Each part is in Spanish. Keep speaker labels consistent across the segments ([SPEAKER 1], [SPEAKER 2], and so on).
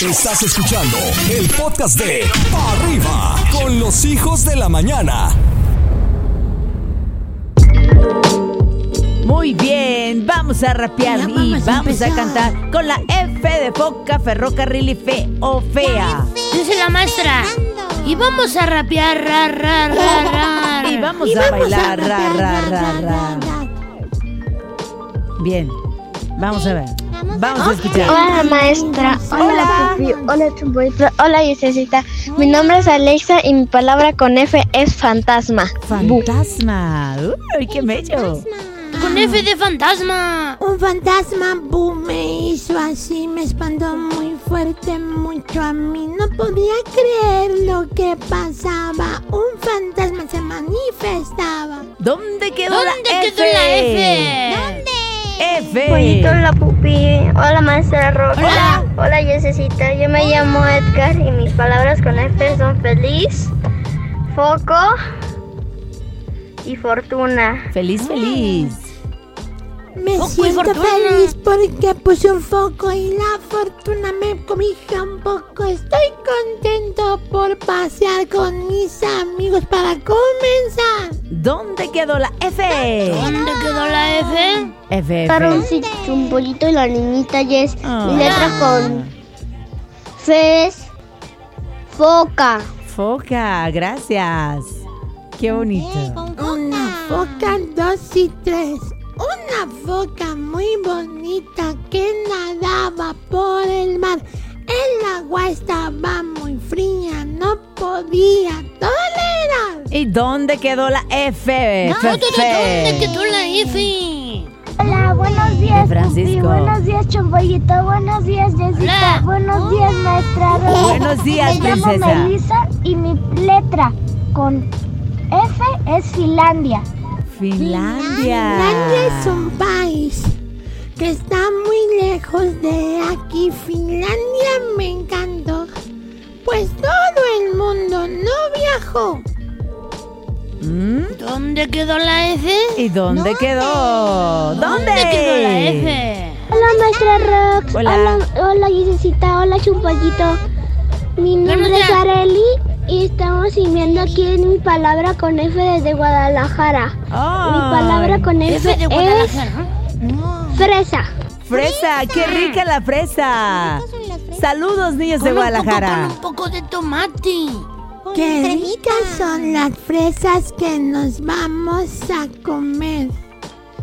[SPEAKER 1] Estás escuchando el podcast de Pa' Arriba con los hijos de la mañana.
[SPEAKER 2] Muy bien, vamos a rapear
[SPEAKER 3] Ya vamos
[SPEAKER 2] y
[SPEAKER 3] a
[SPEAKER 2] vamos a
[SPEAKER 3] empezar.
[SPEAKER 2] cantar con la F de foca, ferrocarril y fe o fea.
[SPEAKER 3] Dice la maestra. Y vamos a rapear, ra, ra, ra, ra.
[SPEAKER 2] Y vamos
[SPEAKER 4] Y
[SPEAKER 2] a
[SPEAKER 4] vamos a
[SPEAKER 2] bailar, ra, ra, ra, ra. Bien, vamos a ver. Vamos a escuchar.
[SPEAKER 5] Hola maestra,
[SPEAKER 2] Hola.
[SPEAKER 5] hola Pupi, hola Chumboitra, hola Yesecita. Mi nombre es Alexa y mi palabra con F es fantasma.
[SPEAKER 2] Fantasma. Uy, qué bello.
[SPEAKER 3] Con F de fantasma.
[SPEAKER 4] Un fantasma bu, me hizo así, me espantó muy fuerte, mucho a mí. No podía creer lo que pasaba. Un fantasma se manifestaba.
[SPEAKER 2] ¿Dónde quedó
[SPEAKER 3] ¿Dónde
[SPEAKER 2] la F?
[SPEAKER 3] quedó la F?
[SPEAKER 5] Pollito,
[SPEAKER 2] F.
[SPEAKER 5] hola Pupi, hola maestra Rosa,
[SPEAKER 3] Hola.
[SPEAKER 5] hola Yesecita. Yo me llamo Edgar y mis palabras con F son feliz, foco y fortuna.
[SPEAKER 2] Feliz, feliz.
[SPEAKER 4] Me
[SPEAKER 3] Foco y
[SPEAKER 4] siento
[SPEAKER 3] fortuna.
[SPEAKER 4] feliz porque puse un foco y la fortuna me cobija un poco. Estoy contento por pasear con mis amigos para comenzar.
[SPEAKER 2] ¿Dónde quedó la F?
[SPEAKER 3] ¿Dónde quedó la F?
[SPEAKER 2] F.
[SPEAKER 5] Para
[SPEAKER 2] F.
[SPEAKER 5] Chumbolito y la niñita Yes,
[SPEAKER 2] Ah.
[SPEAKER 5] letra con Fez, foca.
[SPEAKER 2] Foca, gracias. Qué bonito.
[SPEAKER 4] Una foca, dos y tres. Una foca muy bonita que nadaba por el mar. El agua estaba muy fría, no podía tolerar.
[SPEAKER 2] ¿Y dónde quedó la F?
[SPEAKER 3] ¿Dónde dónde
[SPEAKER 2] Fefe.
[SPEAKER 3] quedó la F?
[SPEAKER 5] Hola, buenos días,
[SPEAKER 2] Francisco.
[SPEAKER 5] Francisco. Buenos días, Chumboyito. Buenos días, Jessica.
[SPEAKER 3] Hola.
[SPEAKER 5] Buenos días, maestra Rosa.
[SPEAKER 2] Buenos días,
[SPEAKER 5] Me llamo
[SPEAKER 2] princesa.
[SPEAKER 5] Melissa y mi letra con F es Finlandia.
[SPEAKER 2] Finlandia.
[SPEAKER 4] Finlandia es un país que está muy lejos de aquí. Finlandia me encantó, pues todo el mundo no viajó.
[SPEAKER 2] ¿Mm?
[SPEAKER 3] ¿Dónde quedó la F?
[SPEAKER 2] ¿Y dónde quedó? ¿Dónde?
[SPEAKER 3] ¿Dónde quedó la F?
[SPEAKER 5] Hola, maestra Rox.
[SPEAKER 2] Hola. Hola,
[SPEAKER 5] hola Jessicita. Hola, Chumboyito. Mi
[SPEAKER 3] nombre es días.
[SPEAKER 5] Areli y estamos sirviendo aquí en mi palabra con F desde Guadalajara.
[SPEAKER 2] Ay,
[SPEAKER 5] con
[SPEAKER 3] F de Guadalajara.
[SPEAKER 5] fresa.
[SPEAKER 2] Fresa, qué rica la fresa. Saludos, niños de
[SPEAKER 3] Con un poco-
[SPEAKER 2] Guadalajara.
[SPEAKER 3] Con un poco de tomate.
[SPEAKER 4] Qué ricas son las fresas que nos vamos a comer.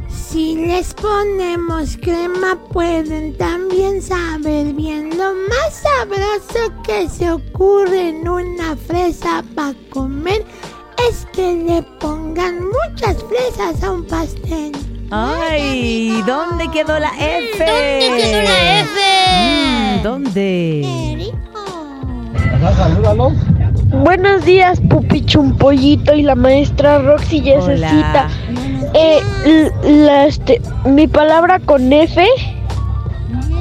[SPEAKER 4] Si les ponemos crema pueden también saber bien lo más sabroso que se ocurre en una fresa para comer es que le pongan muchas fresas a un pastel.
[SPEAKER 2] Ay, ¿dónde quedó la F?
[SPEAKER 3] Mm, ¿Dónde quedó la F?
[SPEAKER 2] Mm, ¿Dónde?
[SPEAKER 5] Buenos días, Pupichumpollito y la maestra Roxy Yesecita.
[SPEAKER 2] Hola.
[SPEAKER 5] Eh, l- la, este, mi palabra con F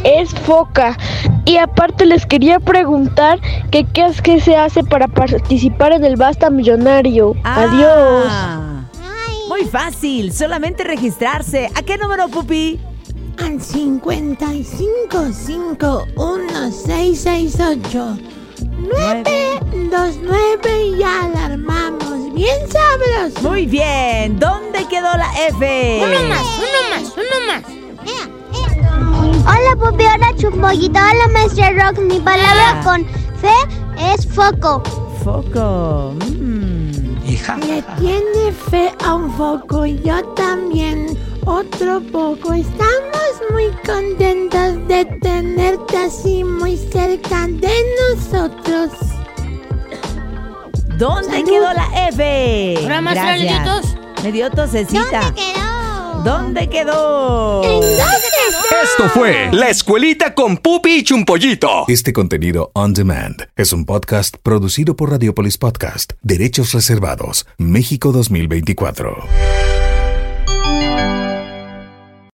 [SPEAKER 5] es foca. Y aparte les quería preguntar que qué es que se hace para participar en el Basta Millonario. Adiós.
[SPEAKER 2] Ah, Muy fácil, solamente registrarse. ¿A qué número, Pupi?
[SPEAKER 4] Al 5551668929 y alarmamos bien sabroso.
[SPEAKER 2] Muy bien, ¿dónde quedó la F?
[SPEAKER 3] Uno más, uno más, uno más.
[SPEAKER 5] Hola, Pupi, hola, Chumpollito, hola, maestra Rox. Mi
[SPEAKER 3] Ah.
[SPEAKER 2] palabra con
[SPEAKER 5] F es foco.
[SPEAKER 2] Foco. mm.
[SPEAKER 4] Le tiene fe a un foco, yo también otro poco. Estamos muy contentos de tenerte así muy cerca de nosotros.
[SPEAKER 2] ¿Dónde
[SPEAKER 4] Salud.
[SPEAKER 2] quedó la F?
[SPEAKER 3] Ahora, maestra, ¿le dio
[SPEAKER 2] Gracias. Me dio tosecita. ¿Dónde quedó?
[SPEAKER 1] Esto fue
[SPEAKER 6] La escuelita con Pupi y Chumpollito.
[SPEAKER 7] Este contenido on demand es un podcast producido por Radiopolis Podcast, Derechos Reservados, México 2024.